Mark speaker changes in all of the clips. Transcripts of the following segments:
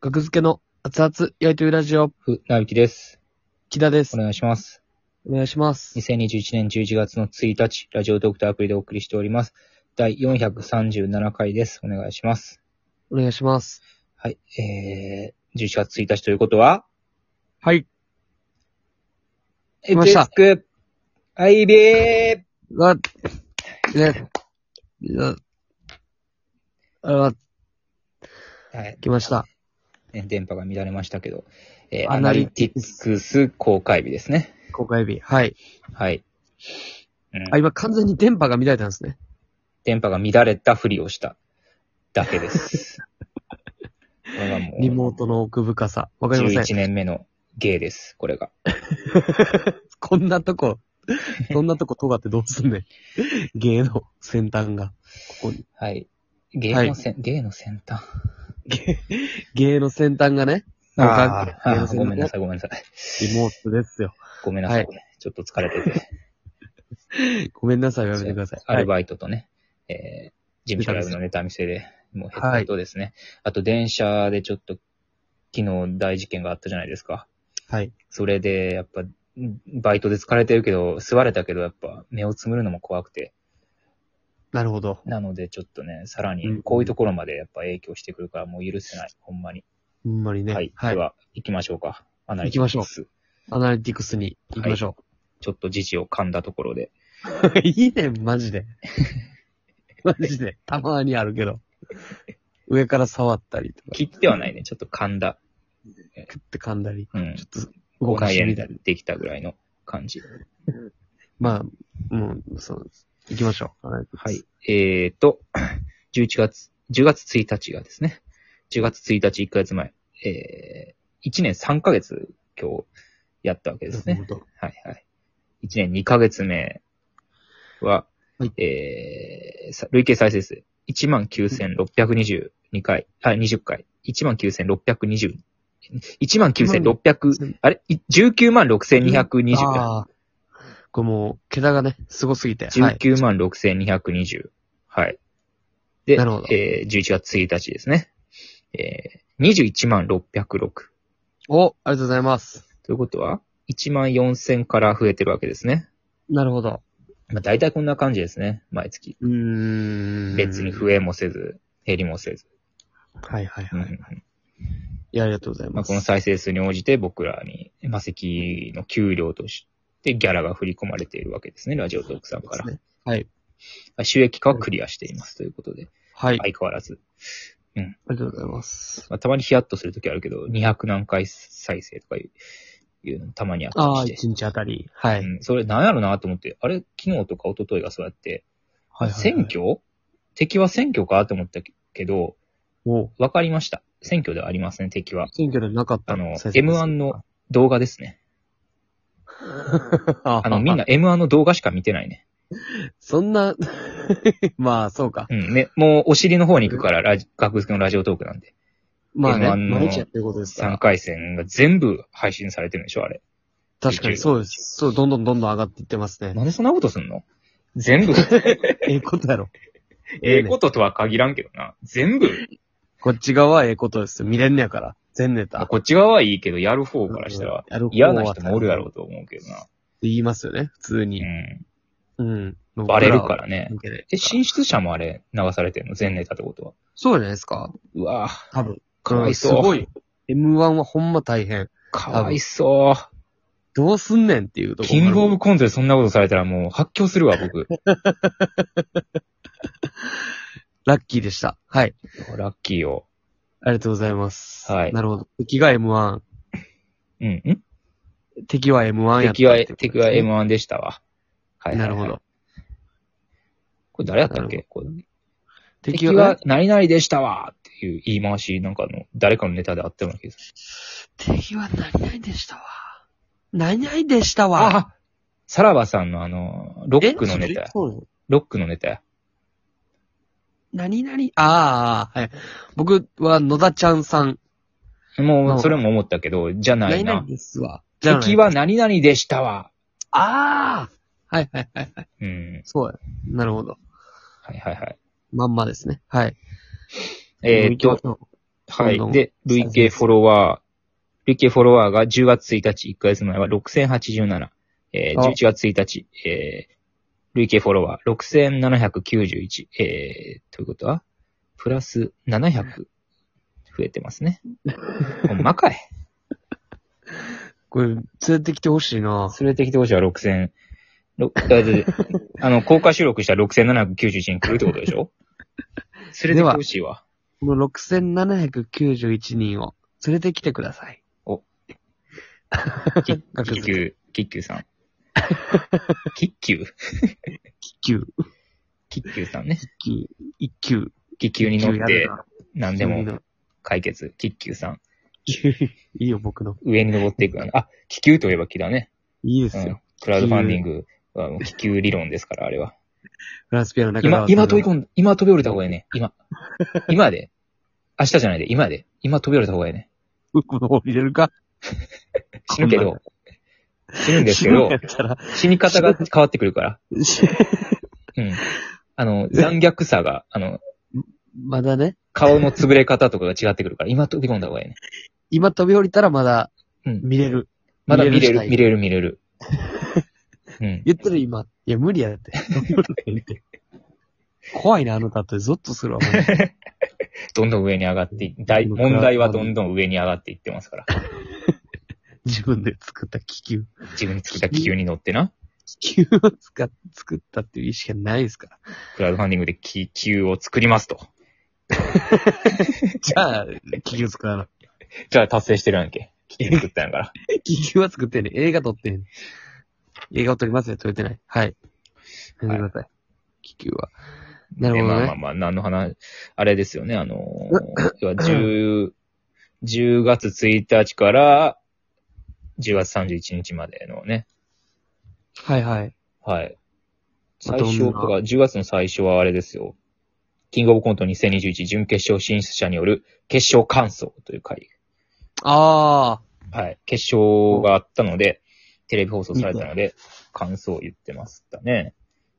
Speaker 1: 学付けの熱々焼いてるラジオ、
Speaker 2: ふ、なびきです。
Speaker 1: 木田です
Speaker 2: お。願いします。
Speaker 1: お願いします。
Speaker 2: 2021年11月の1日、ラジオドクターアプリでお送りしております。第437回です。お願いします。
Speaker 1: お願いします。
Speaker 2: はい。えー、11月1日ということは、
Speaker 1: はい。
Speaker 2: エ
Speaker 1: ました
Speaker 2: ク、アイビー
Speaker 1: が、ね、が、あ、
Speaker 2: はい。
Speaker 1: 来ました。
Speaker 2: ね電波が乱れましたけど、えー、
Speaker 1: ア
Speaker 2: ア
Speaker 1: ナ
Speaker 2: ナ
Speaker 1: リ
Speaker 2: リ
Speaker 1: テ
Speaker 2: テ
Speaker 1: ィ
Speaker 2: ィ
Speaker 1: ク
Speaker 2: クス公開日ですね。
Speaker 1: 公開日。はい。
Speaker 2: はい。うん
Speaker 1: あ、今完全に電波が乱れたんですね。
Speaker 2: 電波が乱れたふりをしただ けです。これがもう
Speaker 1: リモートの奥深さ。わかりませ
Speaker 2: 11
Speaker 1: ん。
Speaker 2: 年目の芸です、これが。
Speaker 1: こんなとこ、そんなとこ尖ってどうすんねん。芸の先端が、ここに。
Speaker 2: はい。芸のせん、芸の先端。
Speaker 1: 芸の先端がね、
Speaker 2: あー
Speaker 1: 芸
Speaker 2: あ
Speaker 1: の
Speaker 2: ー、
Speaker 1: 先
Speaker 2: ごめんな
Speaker 1: 端
Speaker 2: さい、ごめんなさい。
Speaker 1: リモートですよ。
Speaker 2: ごめんなさい。
Speaker 1: はい
Speaker 2: ちょっと疲れてて。
Speaker 1: ごめんなさい、やめてください。
Speaker 2: アル
Speaker 1: はい。
Speaker 2: バイトとね、えー、ジムシャライブのネタ見せで、もうヘッドとですね。あと電車でちょっと、昨日大事件があったじゃないですか。
Speaker 1: はい。
Speaker 2: それで、やっぱ、バイトで疲れてるけど、吸われたけど、やっぱ、目をつむるのも怖くて。
Speaker 1: なるほど。
Speaker 2: なので、ちょっとね、さら
Speaker 1: うん
Speaker 2: に、こういうところまでやっぱ影響してくるから、もう許せない。ほんまに。
Speaker 1: ほんまにね。
Speaker 2: はい。では、行きましょうか。アナリ
Speaker 1: 行きましょう
Speaker 2: ティクス
Speaker 1: アナリティクスに行きましょ
Speaker 2: ちょっと時事を噛んだところで。
Speaker 1: う。い、 いね、マジ で。マジで。たまにあるけど。上から触ったりとか、
Speaker 2: 切ってはないね。ちょっと噛んだ。
Speaker 1: クッて噛んだり、
Speaker 2: うん
Speaker 1: ちょ。っと動かしてみたり。
Speaker 2: できたぐらいの感じ。
Speaker 1: まあ、もう、そうです。行きましょう。は
Speaker 2: はい。。えーと、11月、10月1日がですね。10月1日、1ヶ月前。えー、1年3ヶ月今日やったわけです
Speaker 1: なる
Speaker 2: ね。
Speaker 1: ほど
Speaker 2: はいはい。1年2ヶ月目は、
Speaker 1: はい
Speaker 2: えーさ累計再生数19,622回、あ、20回。19,620。19,600、あれい ?19 万6220。
Speaker 1: ああ。これもう、桁がね、すごすぎて。はい。
Speaker 2: 19万6220。はい。で、
Speaker 1: なるほど
Speaker 2: えー、11月1日ですね。えー、21万606。
Speaker 1: お、ありがとうございます。
Speaker 2: ということは、1万4000から増えてるわけですね。
Speaker 1: なるほど。
Speaker 2: まあ、大体こんな感じですね。毎月。
Speaker 1: うーん。
Speaker 2: 別に増えもせず、減りもせず。
Speaker 1: はいはい
Speaker 2: うん
Speaker 1: は
Speaker 2: う
Speaker 1: い。い
Speaker 2: んうん
Speaker 1: や、ありがとうござい
Speaker 2: まあ、
Speaker 1: ます。
Speaker 2: この再生数に応じて僕らに、マセキの給料としてギャラが振り込まれているわけですね。ラジオトークさんから。
Speaker 1: ですねはい。
Speaker 2: まあ収益化はクリアしていますということで、
Speaker 1: はい。あ
Speaker 2: 相変わらず。
Speaker 1: りがとうございます。
Speaker 2: まあ、たまにヒヤッとするときあるけど、200何回再生とかいう、いうのもたまにあった
Speaker 1: ああ、
Speaker 2: りして。
Speaker 1: 一日あたり。はい。
Speaker 2: うん、それなんやろなと思って、あれ昨日とか一昨日がそうやって、
Speaker 1: はいはいはい。
Speaker 2: 選挙敵は選挙かと思ったけど、
Speaker 1: お
Speaker 2: わかりました。選挙ではありません、敵は。
Speaker 1: 選挙でなかった
Speaker 2: あの、
Speaker 1: 先生
Speaker 2: M1 の動画ですね。
Speaker 1: あ
Speaker 2: あの、みん。な M1 の動画しか見てないね。
Speaker 1: そんな、 まあ、そうか。
Speaker 2: うん、ね、もうお尻の方に行くから、ラジ、学付けのラジオトークなんで。
Speaker 1: まあね、
Speaker 2: M1 の
Speaker 1: 毎日やってることですか
Speaker 2: 3
Speaker 1: ら。
Speaker 2: 回戦が全部配信されてるんでしょ、あれ。
Speaker 1: 確かにそうです。そう、どんどんどんどん上がっていってますね
Speaker 2: な。んでそんなことすんの全部。
Speaker 1: ええことやろ。
Speaker 2: え
Speaker 1: え
Speaker 2: え
Speaker 1: え
Speaker 2: こ
Speaker 1: こと
Speaker 2: ととは限らんけどな。全部、
Speaker 1: こっち側はええことですよ。見れんねやから。全ネ
Speaker 2: まあ
Speaker 1: タ。
Speaker 2: こっち側はいいけど、やる方からしたら、
Speaker 1: やる方は
Speaker 2: 嫌な人もおるやろうと思うけどな。
Speaker 1: 言いますよね、普通
Speaker 2: う
Speaker 1: に。
Speaker 2: ん。
Speaker 1: うん。
Speaker 2: バレるからね
Speaker 1: 僕らは見てない。
Speaker 2: え、進出者もあれ、流されてんの全ネタってことは。
Speaker 1: そうじゃないですか
Speaker 2: うわぁ、
Speaker 1: 多分。
Speaker 2: かわいそう。
Speaker 1: うんすごい。M1 はほんま大変。
Speaker 2: かわいそう。
Speaker 1: どうすんねんっていうところ
Speaker 2: キ
Speaker 1: もあ
Speaker 2: ン
Speaker 1: る。
Speaker 2: グオブコントでそんなことされたらもう発狂するわ、僕。
Speaker 1: ラッキーでした。はい。
Speaker 2: ラッキーを。
Speaker 1: ありがとうございます。
Speaker 2: はい
Speaker 1: なるほど。敵が M1。
Speaker 2: うん、ん
Speaker 1: 敵は M1 やった
Speaker 2: 敵は、
Speaker 1: ってことですね
Speaker 2: 敵は M1 でしたわ。はいはいは
Speaker 1: な
Speaker 2: い
Speaker 1: るほど。。
Speaker 2: これ誰やったっ
Speaker 1: な
Speaker 2: けこれ
Speaker 1: 敵
Speaker 2: 敵
Speaker 1: は
Speaker 2: は、、何々でしたわっていう言い回し、なんかの、誰かのネタであったような気がする。
Speaker 1: 敵は何々でしたわ。何々でしたわ。
Speaker 2: あさらばさんのあの、ロックのネタ
Speaker 1: え
Speaker 2: や。
Speaker 1: そう
Speaker 2: ロックのネタや。
Speaker 1: 何々、ああ、はい。僕は野田ちゃんさん。
Speaker 2: も
Speaker 1: うん
Speaker 2: う、それも思ったけど、じゃな
Speaker 1: 何
Speaker 2: いな。
Speaker 1: 々ですわ。じゃあ
Speaker 2: 敵は何々でしたわ。
Speaker 1: ああはいはいはいはい。
Speaker 2: うん。
Speaker 1: そうや。なるほど。
Speaker 2: はいはいはい。
Speaker 1: まんまですね。はい。
Speaker 2: えーっと、
Speaker 1: と。ど
Speaker 2: は
Speaker 1: んど
Speaker 2: い。
Speaker 1: ん
Speaker 2: で、累計フォロワー、累計フォロワーが10月1日、1ヶ月前は6087。えー、
Speaker 1: あ
Speaker 2: 11月1日、えー、累計フォロワー6791。えー、ということは、プラス700増えてます ね。ほんまかい。
Speaker 1: これ、連れてきてほしいな
Speaker 2: 連れてきてほしいわ、6000。ろだ ってあの、公開収録したら6791に来るってことで しょ連れてきてほしいわ。
Speaker 1: この6791人を連れてきてください。
Speaker 2: キッ
Speaker 1: 学術
Speaker 2: キッキュー、キッキュー さん。キッキュー
Speaker 1: 一級、
Speaker 2: キッキューさんね。
Speaker 1: 一級、一級。
Speaker 2: 気球に乗
Speaker 1: 一級
Speaker 2: っ
Speaker 1: や
Speaker 2: て
Speaker 1: る、な
Speaker 2: 何でも。解決。気球さん。
Speaker 1: 急にいいよ、僕の。
Speaker 2: 上に登っていく。あ、気球といえば気だね。
Speaker 1: いいで
Speaker 2: う
Speaker 1: すよ
Speaker 2: ん。。クラウドファンディングはもう気球理論ですから、あれは。
Speaker 1: フランスピアの中
Speaker 2: 今、今飛び
Speaker 1: む。
Speaker 2: 込んだ、今飛び降りた方がいいね。今。今で。明日じゃないで、今で。今飛び降りた方がいいね。
Speaker 1: この降りれるか
Speaker 2: 死ぬけ
Speaker 1: こん
Speaker 2: ど。死ぬんですけ
Speaker 1: 死ぬ
Speaker 2: ど
Speaker 1: んや、ったら、
Speaker 2: 死に方が変わってくるから。うん。あの、残虐さが、あの、
Speaker 1: まだね、
Speaker 2: 顔の潰れ方とかが違ってくるから、今飛び込んだ方がいいね。
Speaker 1: 今飛び降りたらまだ
Speaker 2: うん
Speaker 1: 見れる。
Speaker 2: まだ
Speaker 1: 見
Speaker 2: 見れ
Speaker 1: れる
Speaker 2: る、見れる、見れる。うん。
Speaker 1: 言ってる今。いや、無理やだって。 怖いな、あのタトゥー。ゾッとするわ、マ ジで
Speaker 2: どんどん上に上がってい、大問題はどんどん上に上がっていってますから。
Speaker 1: 自分で作った気球。
Speaker 2: 自分に作った気球に乗ってな。
Speaker 1: 気球を使っ作ったっていう意識がないです から。
Speaker 2: クラウドファンディングで気球を作りますと。
Speaker 1: じゃあ、気球作らな。
Speaker 2: じゃあ達成してるやんけ。気球作ったんやから。
Speaker 1: 気球は作ってんねん映画撮ってんねん映画を撮りますね。撮れてない。はい。やめてください。気球は。 なる
Speaker 2: で
Speaker 1: ほど
Speaker 2: まあまあ
Speaker 1: ね。
Speaker 2: まあ、何の話、あれですよね、あのー、要 は10、10月1日から10月31日までのね、
Speaker 1: はいはい。
Speaker 2: はい。
Speaker 1: まあ
Speaker 2: 最初とか、
Speaker 1: どんな
Speaker 2: 10月の最初はあれですよ。キングオブコント2021準決勝進出者による決勝感想という回。
Speaker 1: あ
Speaker 2: はい。決勝があったので、テレビ放送されたので、感想を言ってましたね。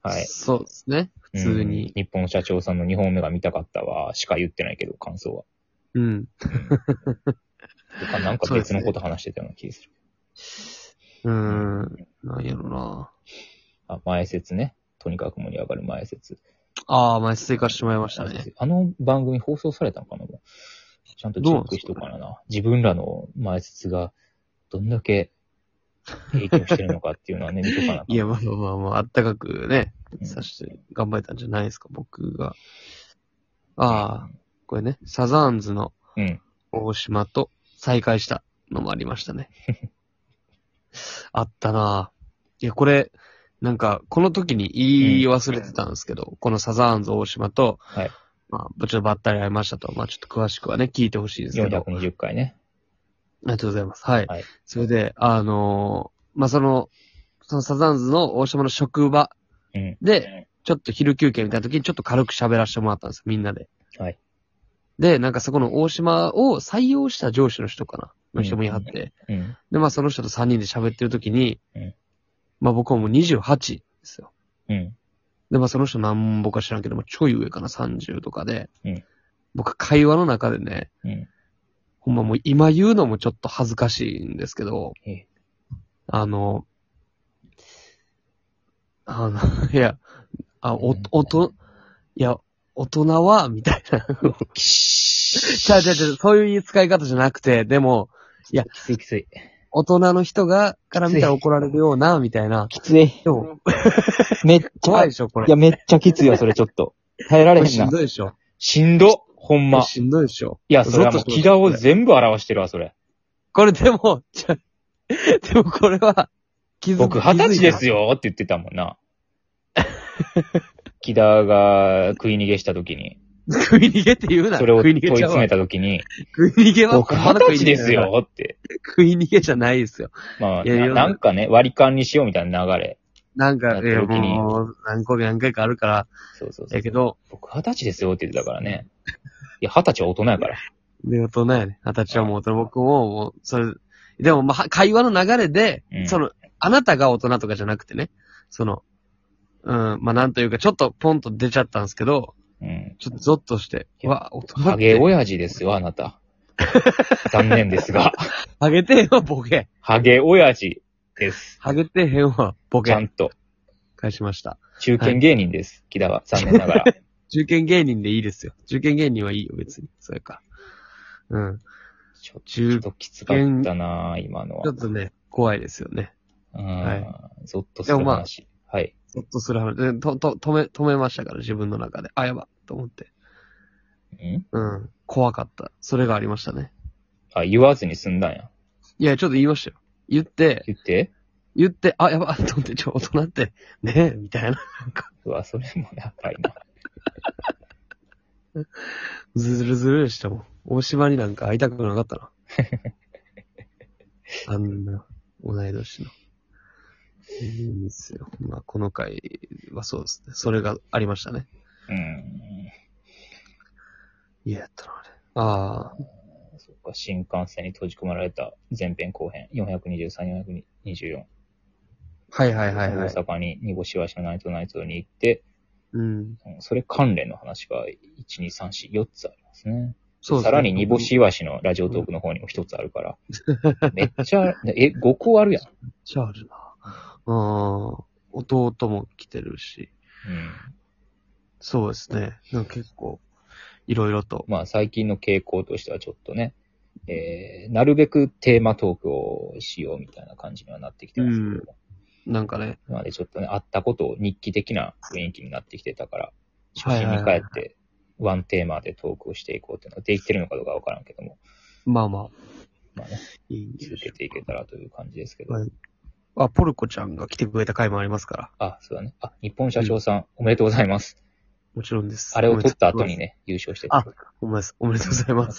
Speaker 1: あ。
Speaker 2: はい。
Speaker 1: そうですね。普通
Speaker 2: うん
Speaker 1: に。
Speaker 2: 日本社長さんの2本目が見たかったわ、しか言ってないけど、感想は。
Speaker 1: うん。
Speaker 2: とかなんか別のこと話してたような気がする。
Speaker 1: うーん。なんやろな。
Speaker 2: あ、前説ね。とにかく盛り上がる前説。
Speaker 1: ああ、前追加してもらいましたね。
Speaker 2: あの番組放送されたのかなもうちゃんとチェックしとかなな。自分らの前説がどんだけ影響してるのかっていうのはね、見とかなあかん
Speaker 1: いや、まあまあまあまあ、あったかくね、
Speaker 2: うん
Speaker 1: さして頑張れたんじゃないですか、僕が。ああ、これね、サザーンズの
Speaker 2: うん。
Speaker 1: 大島と再会したのもありましたね。あったなぁ。いや、これ、なんか、この時に言い忘れてたんですけど、このサザーンズ大島と、
Speaker 2: はい
Speaker 1: まあ、ちょっとばったり会いましたと、まあ、ちょっと詳しくはね、聞いてほしいですけど。
Speaker 2: 420回ね。
Speaker 1: ありがとうございます。はい。
Speaker 2: はい
Speaker 1: それで、あのーまあ、その、そのサザンズの大島の職場
Speaker 2: うん。
Speaker 1: で、ちょっと昼休憩みたいな時にちょっと軽く喋らせてもらったんですよ、みんなで。
Speaker 2: はい。
Speaker 1: で、なんかそこの大島を採用した上司の人かなの人もいはって。
Speaker 2: うん。
Speaker 1: で、まあその人と3人で喋ってる時に、
Speaker 2: うん
Speaker 1: まあ僕はもう28ですよ。
Speaker 2: うん。
Speaker 1: で、まあその人なんぼか知らんけども、ちょい上かな、30とかで。
Speaker 2: うん
Speaker 1: 僕は会話の中でね、
Speaker 2: うん。
Speaker 1: ほんまもう今言うのもちょっと恥ずかしいんですけど、
Speaker 2: ええ
Speaker 1: あの、あの、 いや、あ、お、おと、いや、大人は、みたい な。
Speaker 2: きし
Speaker 1: じゃじゃじゃそういう使い方じゃなくて、でも、
Speaker 2: きついきつい。
Speaker 1: 大人の人が、から見たら怒られるような、みたいな。
Speaker 2: きつい。
Speaker 1: でも、
Speaker 2: めっちゃ
Speaker 1: 怖いでしょ、これ。
Speaker 2: いや、めっちゃきついわ、それちょっと。耐えら
Speaker 1: こ
Speaker 2: れ
Speaker 1: れ
Speaker 2: へん
Speaker 1: しん
Speaker 2: な。
Speaker 1: どいでしょ。
Speaker 2: しんど。ほんま。
Speaker 1: しんどいでしょ。
Speaker 2: いや、それはもう気顔を全部表してるわ、それ。
Speaker 1: これでも、ちゃ、 でもこれは、気づ
Speaker 2: 僕、二十歳です
Speaker 1: よ。
Speaker 2: よって言ってたもんな。木田が食い逃げした時に、
Speaker 1: 食い逃げって言うな。
Speaker 2: それを
Speaker 1: 食
Speaker 2: 問
Speaker 1: い
Speaker 2: い
Speaker 1: 逃げちゃう
Speaker 2: 詰
Speaker 1: わ
Speaker 2: めた時に、
Speaker 1: 食い逃げは、
Speaker 2: 僕、
Speaker 1: ほんま
Speaker 2: 二
Speaker 1: の
Speaker 2: 十
Speaker 1: 食い逃
Speaker 2: 歳
Speaker 1: げじ
Speaker 2: で
Speaker 1: ゃ
Speaker 2: す
Speaker 1: ない。
Speaker 2: よって。
Speaker 1: 食い逃げじゃないですよ。
Speaker 2: まあ、
Speaker 1: いやい
Speaker 2: な
Speaker 1: や
Speaker 2: なんかね、割り勘にしようみたいな流れ。
Speaker 1: なん
Speaker 2: や
Speaker 1: か、
Speaker 2: っ
Speaker 1: い
Speaker 2: てる
Speaker 1: や、
Speaker 2: 時に
Speaker 1: もう、何個何回かあるから、
Speaker 2: そうそうそう
Speaker 1: や。けど、
Speaker 2: 僕、二十歳ですよって言ってたからね。いや、二十歳は大人やから。
Speaker 1: で、大人やね。二十歳はもう大人、僕も、もう、それ、でも、まあ、会話の流れで、
Speaker 2: うん
Speaker 1: その、あなたが大人とかじゃなくてね、その、うん、まあ、なんというか、ちょっとポンと出ちゃったんですけど、
Speaker 2: うん。
Speaker 1: ちょっとゾッとして。
Speaker 2: いや
Speaker 1: わ、大人
Speaker 2: ハ
Speaker 1: っ
Speaker 2: ゲ
Speaker 1: て。
Speaker 2: 親父ですよ、あなた。 残念で すが。
Speaker 1: ハゲてへんわ、ボケ。
Speaker 2: ハゲ親父です。
Speaker 1: ハゲてへんわ、ボ
Speaker 2: ちゃ
Speaker 1: ケ。
Speaker 2: んと。
Speaker 1: 返しました。
Speaker 2: 中堅芸人です。木田は。残念ながら。
Speaker 1: 中堅芸人でいいですよ。中堅芸人はいいよ、別に。それか。うん。
Speaker 2: ちょ
Speaker 1: 中
Speaker 2: っ、ときつかったなぁ今の
Speaker 1: ちょ
Speaker 2: は
Speaker 1: っ。とね、怖いですよね。
Speaker 2: うん
Speaker 1: は。
Speaker 2: ゾッとする
Speaker 1: でもまあ
Speaker 2: 話。はい。
Speaker 1: ゾッとする話。でと、と、止め、止めましたから、自分の中で。あ、やば、と思って。
Speaker 2: ん
Speaker 1: うん。怖かった。それがありましたね。
Speaker 2: あ、言わずに済んだんや。
Speaker 1: いや、ちょっと言いましたよ。言って、
Speaker 2: 言って。
Speaker 1: 言って、あ、やば、と思って、ちょ、大人って、ねえ、みたいな。
Speaker 2: うわ、それもやばいな。
Speaker 1: ずるずるしたもん。大島になんか会いたくなかった な。あんな、同い年の。いいんですよ。まあ、この回はそうですね。それがありましたね。
Speaker 2: うん。
Speaker 1: いや、やったな、あれ。ああ、
Speaker 2: そっか、新幹線に閉じ込められた前編後編。423、424。
Speaker 1: はいはいはいは
Speaker 2: 大
Speaker 1: い。
Speaker 2: 阪に煮干しわしのナイトナイトに行って、
Speaker 1: うん。
Speaker 2: うんそれ関連の話が1、2、3、4、4つありますね。
Speaker 1: そうですね
Speaker 2: さらに煮干し。イワシのラジオトークの方にも1つあるから。 めっちゃ、え、5個あるやん。
Speaker 1: チャールな。ああ、弟も来てるし。
Speaker 2: うん。
Speaker 1: そうですね。なんか結構、いろいろと。
Speaker 2: まあ最近の傾向としてはちょっとね、えー、なるべくテーマトークをしようみたいな感じにはなってきてますけども、
Speaker 1: なんかね。
Speaker 2: 今までちょっとね、あったことを日記的な雰囲気になってきてたから、初
Speaker 1: はい
Speaker 2: 心
Speaker 1: はい
Speaker 2: に
Speaker 1: はい
Speaker 2: 帰って、ワンテーマでトークをしていこうっていうのができてるのかどうかわからんけども、
Speaker 1: まあまあ、
Speaker 2: まあね、
Speaker 1: いいんでしょ
Speaker 2: 続
Speaker 1: う
Speaker 2: けていけたらという感じですけど
Speaker 1: は。いあ、ポルコちゃんが来てくれた回もありますから。
Speaker 2: あ、そうだね。あ、日本社長さん、おめでとうございます。
Speaker 1: もちろんです。
Speaker 2: あれを取った後
Speaker 1: おめ
Speaker 2: に
Speaker 1: で
Speaker 2: ね、優勝してて
Speaker 1: あとうございます。おめでとうございます。